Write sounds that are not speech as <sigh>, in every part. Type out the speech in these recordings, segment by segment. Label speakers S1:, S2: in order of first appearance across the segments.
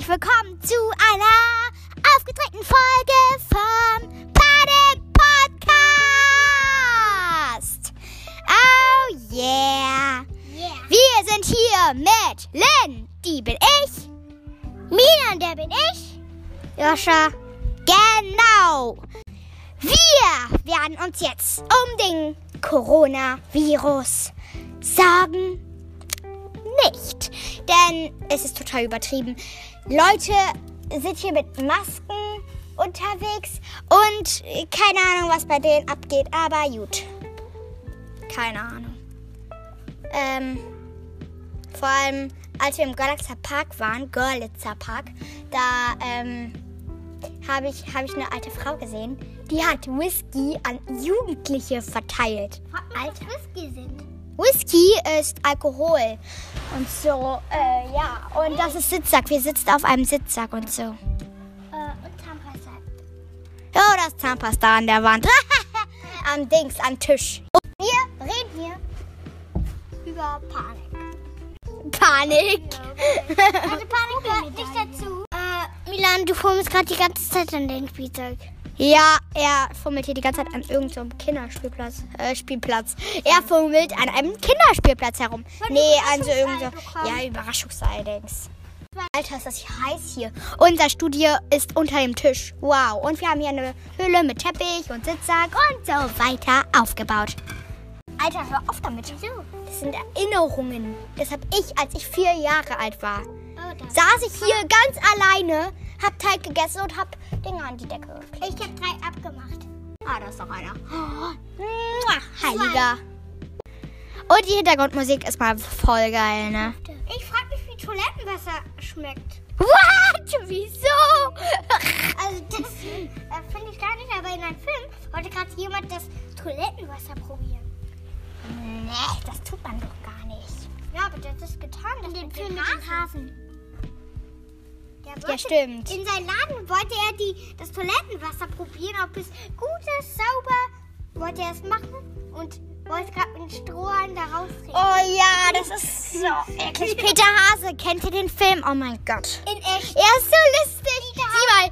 S1: zu einer aufgetretenen Folge vom Panic Podcast. Oh yeah. Wir sind hier mit Lynn, die bin ich. Milan, der bin ich. Joscha. Genau. Wir werden uns jetzt um den Coronavirus sorgen nicht. Denn es ist total übertrieben. Leute sind hier mit Masken unterwegs und keine Ahnung, was bei denen abgeht, aber gut. Keine Ahnung. Ähm, vor allem, als wir im Görlitzer Park waren, Görlitzer Park, da ähm, habe ich, hab ich eine alte Frau gesehen, die hat Whisky an Jugendliche verteilt. Alter.
S2: Whisky sind.
S1: Whisky ist Alkohol und so, äh, ja. Und das ist Sitzsack. Wir sitzen auf einem Sitzsack und so.
S2: Äh, und Zahnpasta.
S1: Ja, das Zahnpasta an der Wand. <laughs> am Dings, am Tisch.
S2: Wir reden hier über Panik.
S1: Panik.
S2: Also Panik gehört nicht dazu. Äh, Milan, du fummelst gerade die ganze Zeit an dein Spielzeug.
S1: Ja, er fummelt hier die ganze Zeit an irgendeinem Kinderspielplatz. Äh, Spielplatz. Er fummelt an einem Kinderspielplatz herum.
S2: Von
S1: Nee,
S2: einem
S1: an so
S2: Überraschungsei
S1: irgendeinem.
S2: bekommen.
S1: Ja, Überraschungsei, Dings. Alter, ist das hier heiß hier. Unser Studio ist unter dem Tisch. Wow. Und wir haben hier eine Höhle mit Teppich und Sitzsack und so weiter aufgebaut. Alter, hör auf damit.
S2: Wieso?
S1: Das sind Erinnerungen. Das habe ich, als ich vier Jahre alt war.
S2: Oh, das.
S1: Saß ich hier ganz alleine, hab Teig gegessen und hab Dinger an die Decke geklebt.
S2: Ich habe drei abgemacht.
S1: Ah, da ist noch einer. Mua, Heiliger. Und die Hintergrundmusik ist mal voll geil, ne?
S2: Ich frage mich, wie Toilettenwasser schmeckt.
S1: What? Wieso?
S2: Also <laughs> das äh, finde ich gar nicht, aber in einem Film wollte gerade jemand das Toilettenwasser probieren.
S1: nee, das tut man doch gar nicht.
S2: Ja, aber das ist getan. Das in dem Film mit dem Hasen. Der wollte,
S1: Ja, stimmt.
S2: In seinem Laden wollte er die, das Toilettenwasser probieren, ob es gut ist, sauber. Wollte er es machen und wollte gerade mit Strohhalm da rausreden.
S1: Oh ja, das <laughs> ist so eklig. Peter Hase, kennt ihr den Film? Oh mein Gott.
S2: In echt.
S1: Er ist so lustig. Sieh mal,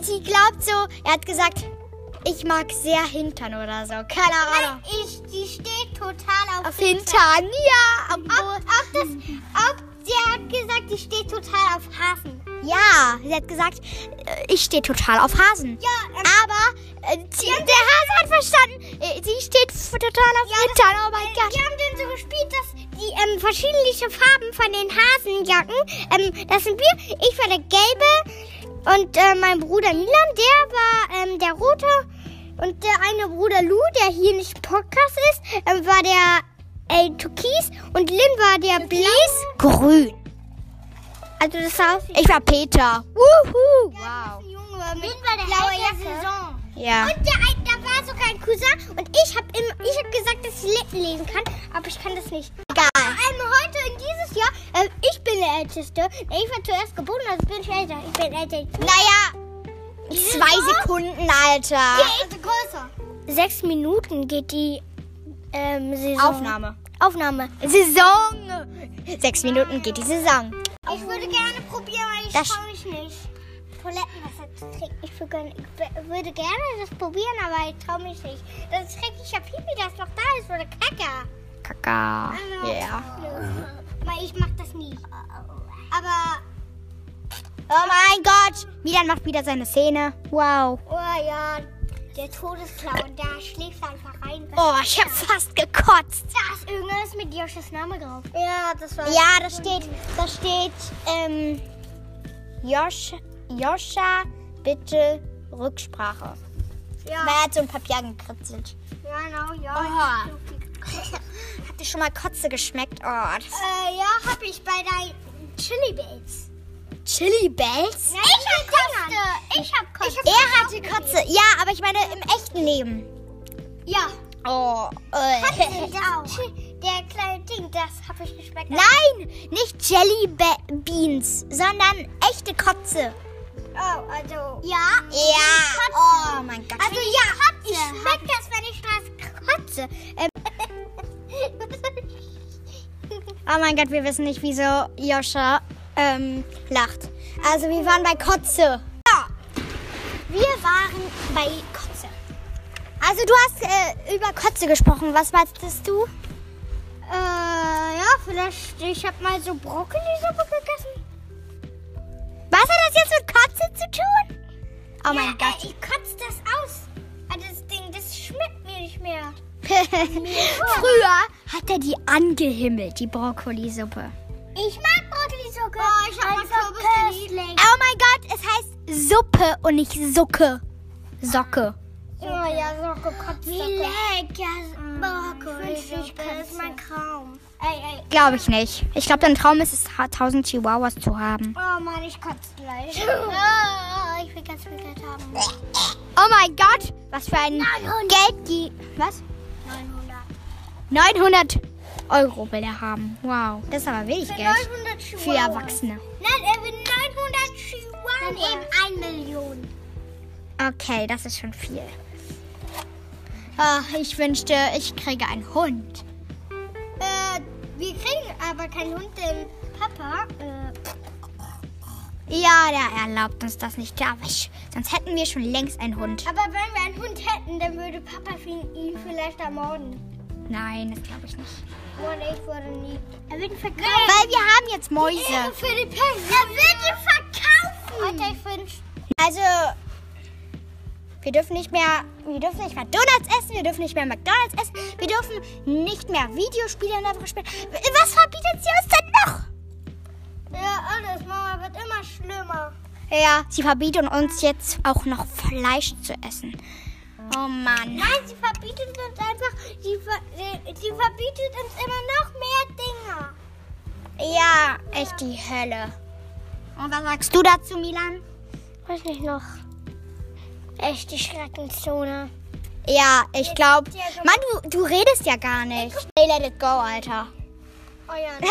S1: äh, sie glaubt so, er hat gesagt, ich mag sehr Hintern oder so. Keine Ahnung.
S2: Nein, ich, die steht total auf,
S1: Auf Hintern, ja.
S2: Ob, ob, das, ob, sie hat gesagt, die steht total auf Hasen.
S1: Ja, sie hat gesagt, äh, ich stehe total auf Hasen.
S2: Ja, ähm,
S1: Aber äh, sie, der Hase hat verstanden, äh, sie steht f- total auf Hintern. Oh mein Gott.
S2: Wir äh, haben dann so gespielt, dass die ähm, verschiedene Farben von den Hasenjacken, ähm, das sind wir, ich war der gelbe und äh, mein Bruder Milan, der war ähm, der rote und der eine Bruder Lou, der hier nicht im Podcast ist, ähm, war der äh, Türkis und Lin war der Blaze.
S1: Grün.
S2: Also das sah aus wie
S1: Ich war Peter. Wuhu. Wow.
S2: ein Junge mit blauer Saison.
S1: Ja.
S2: Und der, ein- da war sogar ein Cousin und ich habe ich hab gesagt, dass ich Lippen lesen kann, aber ich kann das nicht.
S1: Egal.
S2: Ähm, heute in dieses Jahr, ähm, ich bin der Älteste. Nee, Ich war zuerst geboren, also bin ich älter. Ich bin älter.
S1: Naja, zwei Sekunden, Alter.
S2: also größer. Sechs Minuten geht die ähm, Saison.
S1: Aufnahme.
S2: Aufnahme.
S1: Saison. Sechs Minuten geht die Saison.
S2: Ich würde gerne probieren, weil ich
S1: Das-
S2: traue mich nicht. Toilettenwasser zu trinken. Ich würde, gerne- ich w- würde gerne das probieren, aber ich traue mich nicht. Das ist schrecklicher Pipi, das noch da ist, oder Kacke.
S1: Kaka. Yeah.
S2: Nö. Mhm. Weil ich mach das nie. Aber,
S1: Oh mein Gott. Milan macht wieder seine Szene. Wow.
S2: oh ja, der Todesclown, der schläft einfach rein.
S1: Oh, ich hab fast gekotzt.
S2: Da ist irgendwas mit Joshas Name drauf. Ja, das war.
S1: Ja, das steht, da steht, ähm, Josh, Joscha, bitte Rücksprache.
S2: Ja,
S1: Weil er hat so ein Papier gekritzelt.
S2: genau,
S1: Oha.
S2: ja.
S1: Hat dir schon mal Kotze geschmeckt? Oh, das
S2: <laughs> Äh, ja, hab ich bei deinen Chili Bates.
S1: Chili Bells?
S2: ich hab Kotze. Ich hab Kotze.
S1: Er hatte Kotze. Ja, aber ich meine im echten Leben.
S2: Ja. <laughs>
S1: Oh,
S2: Kotze,
S1: äh.
S2: da. Der kleine Ding, das hab ich geschmeckt.
S1: Nein, nicht Jelly Be Beans, sondern echte Kotze.
S2: Oh, also. Ja.
S1: Ja.
S2: Kotze.
S1: Oh mein Gott.
S2: Also ja, ich schmeckt das, wenn ich das kotze.
S1: ähm, <laughs> Oh mein Gott, wir wissen nicht, wieso Joscha ähm, lacht. Also wir waren bei Kotze.
S2: Ja. Wir waren bei Kotze.
S1: Also du hast äh, über Kotze gesprochen. Was meinst du?
S2: Äh, ja, vielleicht, ich habe mal so Brokkolisuppe gegessen.
S1: Was hat das jetzt mit Kotze zu tun? Oh mein <laughs>
S2: ja,
S1: Gott.
S2: Äh, ich kotze das aus. Ah, Das Ding, das schmeckt mir nicht mehr.
S1: <laughs> Früher hat er die angehimmelt, die Brokkolisuppe.
S2: Ich mag Brokkolisuppe. Boah, ich habe also köstlich.
S1: Oh mein Gott, es heißt Suppe und nicht Sucke. Socke.
S2: Oh ja, so gekotzt. oh Wie lecker Brokkolisuppe. Das ist mein Traum. Ey, ey.
S1: Glaube ich nicht. Ich glaube, dein Traum ist es, 1000 Chihuahuas zu haben.
S2: Oh Mann, ich kotze gleich. <laughs> oh, ich will ganz viel Geld haben.
S1: Oh mein Gott, was für ein
S2: 900.
S1: Geld die... Was?
S2: 900.
S1: 900 Euro will er haben. Wow, das ist aber wenig
S2: Für
S1: Geld
S2: 900
S1: für Erwachsene.
S2: Nein, er will 900 Chihuahua. Dann eben 1 Million.
S1: Okay, das ist schon viel. Ach, ich wünschte, ich kriege einen Hund.
S2: Äh, wir kriegen aber keinen Hund, denn Papa, äh,
S1: Ja, der erlaubt uns das nicht, glaube ich. Sonst hätten wir schon längst einen Hund.
S2: aber wenn wir einen Hund hätten, dann würde Papa ihn ihn vielleicht ermorden.
S1: Nein, das glaube ich nicht.
S2: Und ich würde nie. Er wird ihn verkaufen.
S1: Weil wir haben jetzt Mäuse.
S2: für die Person. Er wird ihn verkaufen. Alter, ich wünsch.
S1: Also, wir dürfen nicht mehr, wir dürfen nicht mehr Donuts essen, wir dürfen nicht mehr McDonalds essen, wir dürfen nicht mehr Videospiele in der Woche spielen. Was verbietet sie uns denn noch?
S2: Ja, alles, Mama wird immer schlimmer.
S1: Ja, sie verbieten uns jetzt auch noch Fleisch zu essen. Oh Mann.
S2: Nein, sie verbietet uns einfach, sie, ver äh, sie, sie verbietet uns immer noch mehr Dinge.
S1: Ja, echt die Hölle. Und was sagst du dazu, Milan?
S2: Was nicht noch? Echt die Schreckenszone.
S1: Ja, ich glaube. Mann, du, du redest ja gar nicht. Hey, let it go, Alter. <laughs>
S2: Oh ja,
S1: let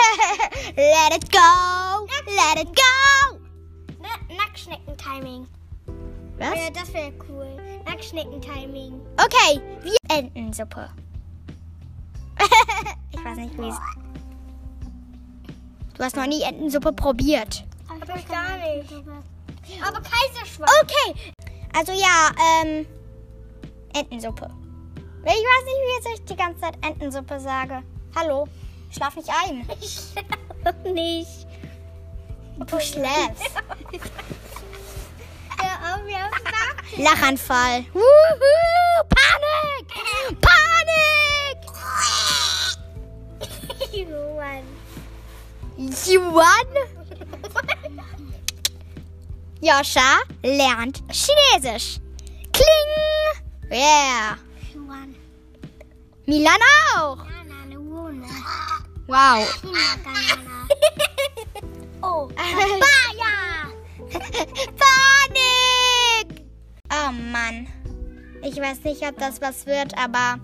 S1: it go. Let it go.
S2: Na- Nacktschnecken-Timing.
S1: Was?
S2: Ja, das wäre cool. Nacktschnecken-Timing.
S1: Okay, wir Entensuppe. <laughs> ich weiß nicht, wie es. Du hast noch nie Entensuppe probiert.
S2: Hab ich gar nicht. Oh. Aber Kaiserschwamm. <laughs>
S1: Okay. Also ja, ähm. Entensuppe. Ich weiß nicht, wie ich die ganze Zeit Entensuppe sage. Hallo? Schlaf nicht ein.
S2: Ich auch nicht.
S1: Du schläfst.
S2: Ja, auf, ja, auf.
S1: Lachanfall. Wuhu! Panik! Panik!
S2: <laughs> Johann.
S1: Yuan? Joscha lernt Chinesisch. Kling! Yeah!
S2: Johann.
S1: Milan auch!
S2: Nana, Luone.
S1: Wow. <laughs>
S2: Nana. <laughs> Oh.
S1: Papaya! Panik! Oh Mann. Ich weiß nicht, ob das was wird, aber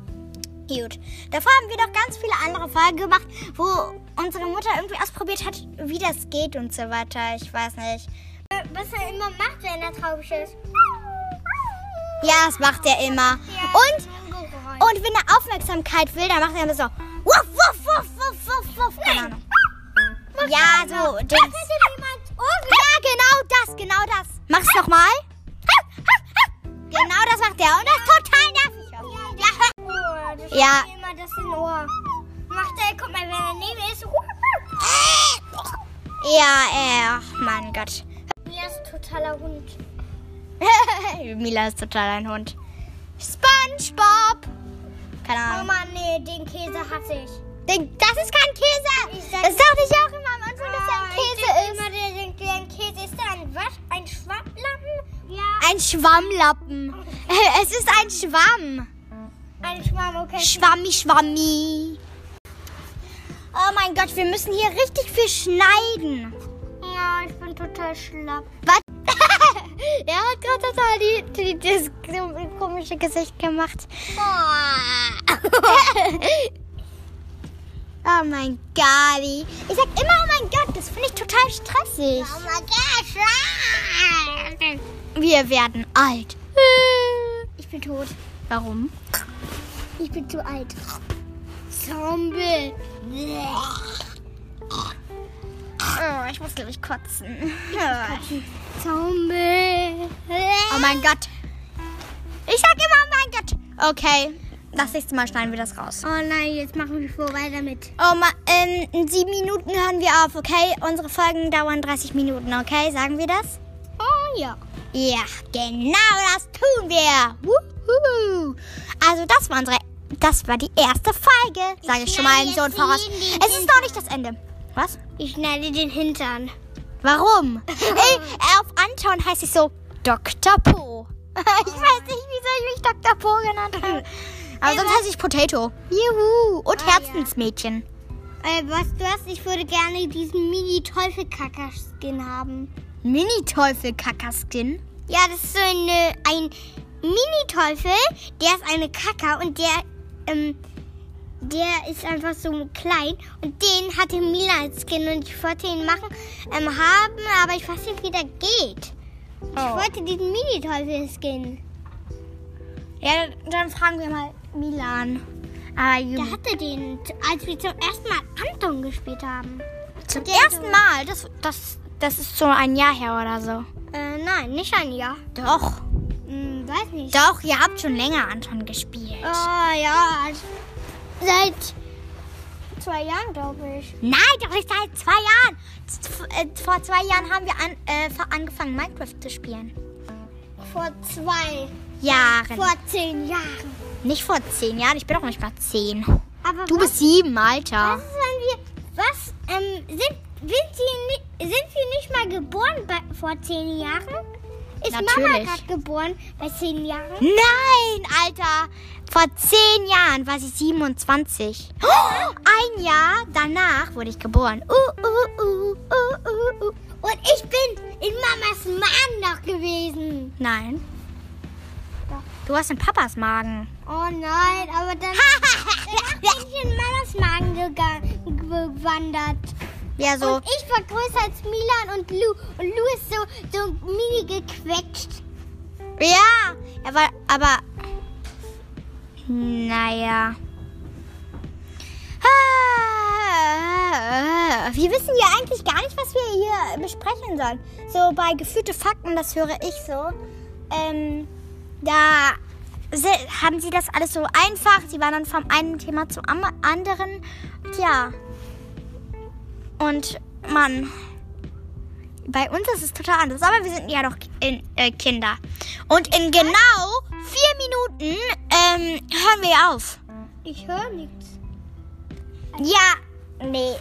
S1: gut. Davor haben wir noch ganz viele andere Folgen gemacht, wo unsere Mutter irgendwie ausprobiert hat, wie das geht und so weiter. Ich weiß nicht.
S2: Äh, Was er immer macht, wenn er traurig ist.
S1: Ja, das macht er immer.
S2: Ja,
S1: Und
S2: Geräusch.
S1: Und wenn er Aufmerksamkeit will, dann macht er immer so. Wuff, wuff, wuff, wuff, wuff, wuff. Keine Ahnung. Ja, so. Dings.
S2: Hat denn jemand Oh, Ohren?
S1: Ja, genau das, genau das. Mach's doch mal. Genau das macht er. Und das ist total nervig. Ja, hör-
S2: Ohr. Das
S1: Ja.
S2: ist Immer das in Ohr. Macht er, guck mal, wenn er neben ist.
S1: Ja, äh, mein Gott. <laughs>
S2: Mir ist totaler Hund.
S1: Mila ist total ein Hund. SpongeBob. Keine
S2: Oh
S1: Ahnung.
S2: Mann, nee, den Käse hasse ich.
S1: Den- Das ist kein
S2: Ich
S1: Käse.
S2: sag-
S1: Das dachte ich auch immer am Anfang, dass er ein
S2: Ah, ich
S1: Käse ist.
S2: Immer, der denkt, der ein Käse ist da ein was? Ein Schwammlappen? Ja.
S1: Ein Schwammlappen. <laughs> Es ist ein Schwamm.
S2: Ein Schwamm, okay.
S1: Schwammi, schwammi. Oh mein Gott, wir müssen hier richtig viel schneiden.
S2: ja, ich bin total schlapp.
S1: Was? <laughs> er hat gerade total die, die, das so komische Gesicht gemacht. <laughs> oh mein Gott. Ich sag immer, oh mein Gott, das finde ich total stressig.
S2: mein Gott.
S1: Wir werden alt.
S2: Ich bin tot.
S1: Warum?
S2: Ich bin zu alt. Zombie.
S1: Oh Oh, ich muss, glaube ich, kotzen.
S2: Zombie.
S1: Oh mein Gott. Ich sag immer, oh mein Gott. Okay, das nächste Mal schneiden wir das raus.
S2: Oh nein, jetzt machen wir vorbei damit.
S1: Oh, ma, ähm, in sieben Minuten hören wir auf, okay? Unsere Folgen dauern 30 Minuten, okay? Sagen wir das?
S2: Oh ja.
S1: Ja, genau das tun wir. Wuhu. Also das war unsere, das war die erste Folge, sage ich schon mal im
S2: jetzt
S1: Sohn voraus.
S2: jeden, den
S1: Es ist noch nicht das Ende. Was?
S2: Ich schneide den Hintern.
S1: Warum? Ey, auf Anton heißt ich so Dr. Po. <laughs> ich weiß nicht, wieso ich mich Dr. Po genannt habe. Aber sonst heiße ich Potato. Juhu. Und
S2: Oh
S1: Herzensmädchen.
S2: Äh, was du hast, ich würde gerne diesen Mini-Teufel-Kacker-Skin haben.
S1: Mini-Teufel-Kakaskin.
S2: Ja, das ist so eine, ein Mini-Teufel, der ist eine Kacker und der, ähm, der ist einfach so klein und den hatte Mila als Skin und ich wollte ihn machen, ähm, haben, aber ich weiß nicht, wie der geht. Ich wollte diesen Mini-Teufel-Skin.
S1: Ja, dann fragen wir mal Milan. Ah, Aber
S2: Der hatte den, als wir zum ersten Mal Anton gespielt haben.
S1: zum
S2: der-
S1: ersten Mal, das, das, das ist so ein Jahr her oder so.
S2: Äh, nein, nicht ein Jahr.
S1: Doch.
S2: Hm, weiß nicht.
S1: Doch, ihr habt schon länger Anton gespielt.
S2: Ah ja, also seit zwei Jahren, glaube ich.
S1: Nein, doch nicht seit zwei Jahren. Z- v- äh, Vor zwei Jahren haben wir an, äh, ver- angefangen, Minecraft zu spielen.
S2: Vor zwei,
S1: Jahren.
S2: vor zehn Jahren.
S1: nicht vor zehn Jahren, ich bin auch nicht mal zehn.
S2: Aber
S1: Du
S2: was,
S1: bist sieben,
S2: was
S1: Alter.
S2: ist, wenn wir, was, ähm, sind, sind, sie, ni- sind wir nicht mal geboren bei, vor zehn Jahren? Ist Mama
S1: Natürlich.
S2: gerade geboren bei zehn Jahren?
S1: Nein, Alter. Vor zehn Jahren war sie 27. Oh, <gasps> ein Jahr danach wurde ich geboren. Uh, uh, uh, uh, uh, uh.
S2: Und ich bin in Mamas Magen noch gewesen.
S1: Nein.
S2: Doch.
S1: Du warst in Papas Magen.
S2: Oh nein,
S1: <laughs>
S2: aber dann, danach bin ich in Mamas Magen gegangen, gewandert.
S1: Ja, so.
S2: Und ich war größer als Milan und Lou. Und Lou ist so, so mini gequetscht.
S1: Ja, aber, aber. Naja. Ah, Wir wissen ja eigentlich gar nicht, was wir hier besprechen sollen. So bei gefühlte Fakten, das höre ich so. Ähm, da se- haben sie das alles so einfach. Sie waren dann vom einen Thema zum am- anderen. Tja. Und Mann. Bei uns ist es total anders, aber wir sind ja noch in, äh, Kinder. Und in genau vier Minuten ähm, hören wir auf.
S2: Ich höre nichts.
S1: Ja, nee.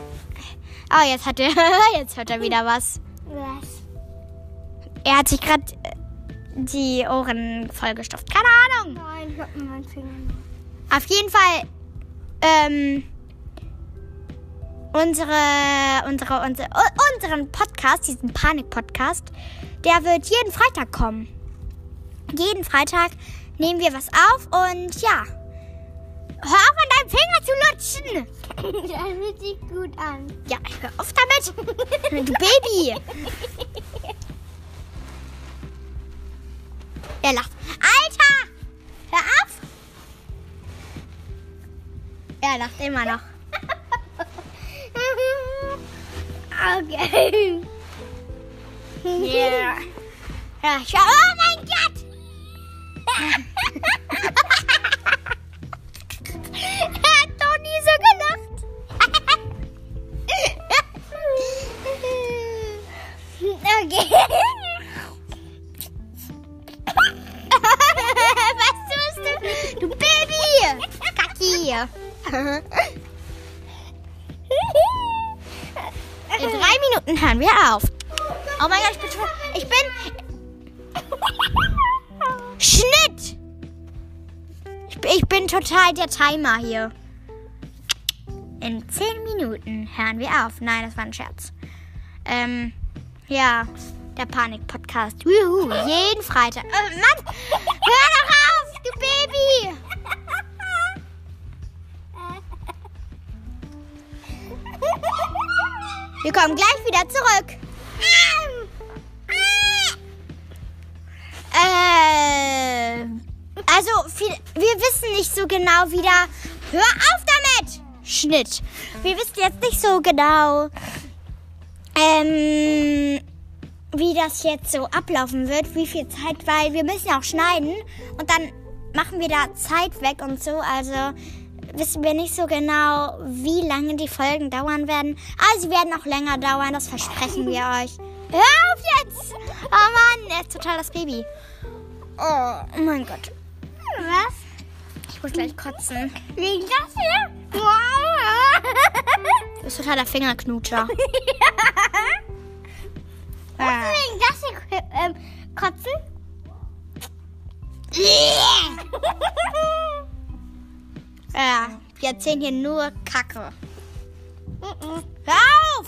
S1: Oh, jetzt hat er, <laughs> jetzt hört er wieder was.
S2: Was?
S1: Er hat sich gerade die Ohren vollgestopft. Keine Ahnung.
S2: Nein, ich hab nur meinen Finger.
S1: Auf jeden Fall, ähm, unsere, unsere, unsere, u- unseren Podcast, diesen Panik-Podcast, der wird jeden Freitag kommen. Jeden Freitag nehmen wir was auf und ja, hör auf an deinem Finger zu lutschen.
S2: <laughs> das hört sich gut an.
S1: Ja, hör auf damit, <laughs> du Baby. Er lacht. Alter, hör auf. Er lacht immer noch. <laughs>
S2: okay.
S1: Ja. Ja, ich, oh mein Gott! <laughs> er hat noch nie so gelacht. <laughs>
S2: Okay.
S1: Was tust du? Du Baby! Kacki! In drei Minuten hören wir auf. Oh mein Gott, ich bin schon. Ich bin. Schnitt! Ich, bin- ich bin total der Timer hier. In zehn Minuten hören wir auf. Nein, das war ein Scherz. Ähm, ja, der Panik-Podcast. Juhu, jeden Freitag. Äh, Mann, hör doch auf, du Baby! Wir kommen gleich wieder zurück. Äh, also, viel, wir wissen nicht so genau wieder. Hör auf damit! Schnitt. Wir wissen jetzt nicht so genau, ähm, wie das jetzt so ablaufen wird, wie viel Zeit, weil wir müssen ja auch schneiden und dann machen wir da Zeit weg und so. Also wissen wir nicht so genau, wie lange die Folgen dauern werden. Aber sie werden auch länger dauern, das versprechen wir <laughs> euch. Hör auf jetzt! Oh Mann, er ist total das Baby. Oh mein Gott.
S2: Was?
S1: Ich muss gleich kotzen.
S2: Wegen das <laughs> hier? Wow.
S1: Du bist total der <laughs> Fingerknutscher.
S2: Ah. Wegen das hier ähm, kotzen?
S1: Ja, wir erzählen hier nur Kacke.
S2: Mhm.
S1: Hör auf!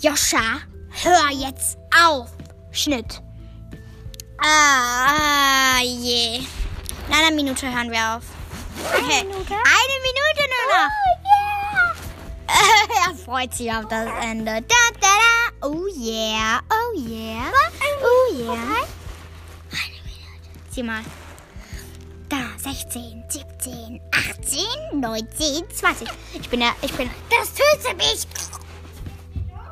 S1: Joscha, hör jetzt auf! Schnitt. Ah, je. In einer Minute hören wir auf. Okay.
S2: Minute?
S1: Eine Minute Oh, nur noch. <laughs> er freut sich auf das Ende. Da, da, da. Oh yeah, oh yeah, oh yeah. Eine Minute. Sieh mal. Da, 16, 17, 18, 19, 20. Ich bin ja, ich bin... Das tötet mich.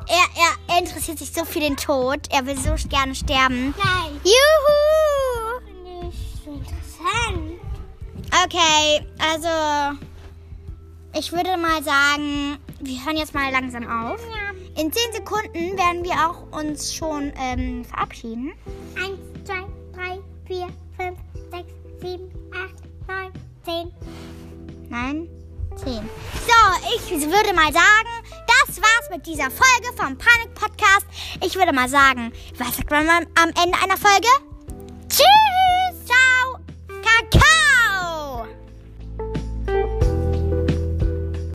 S1: Er, er interessiert sich so für den Tod. Er will so gerne sterben.
S2: Nein.
S1: Juhu!
S2: Nicht so interessant.
S1: Okay, also ich würde mal sagen, wir hören jetzt mal langsam auf.
S2: Ja.
S1: In 10 Sekunden werden wir auch uns schon ähm, verabschieden.
S2: Eins, zwei, drei, vier, fünf, sechs, sieben, acht, neun, zehn.
S1: Nein, 10. So, ich würde mal sagen, das war's mit dieser Folge vom Panik Podcast. Ich würde mal sagen, was sagt man am Ende einer Folge? Tschüss!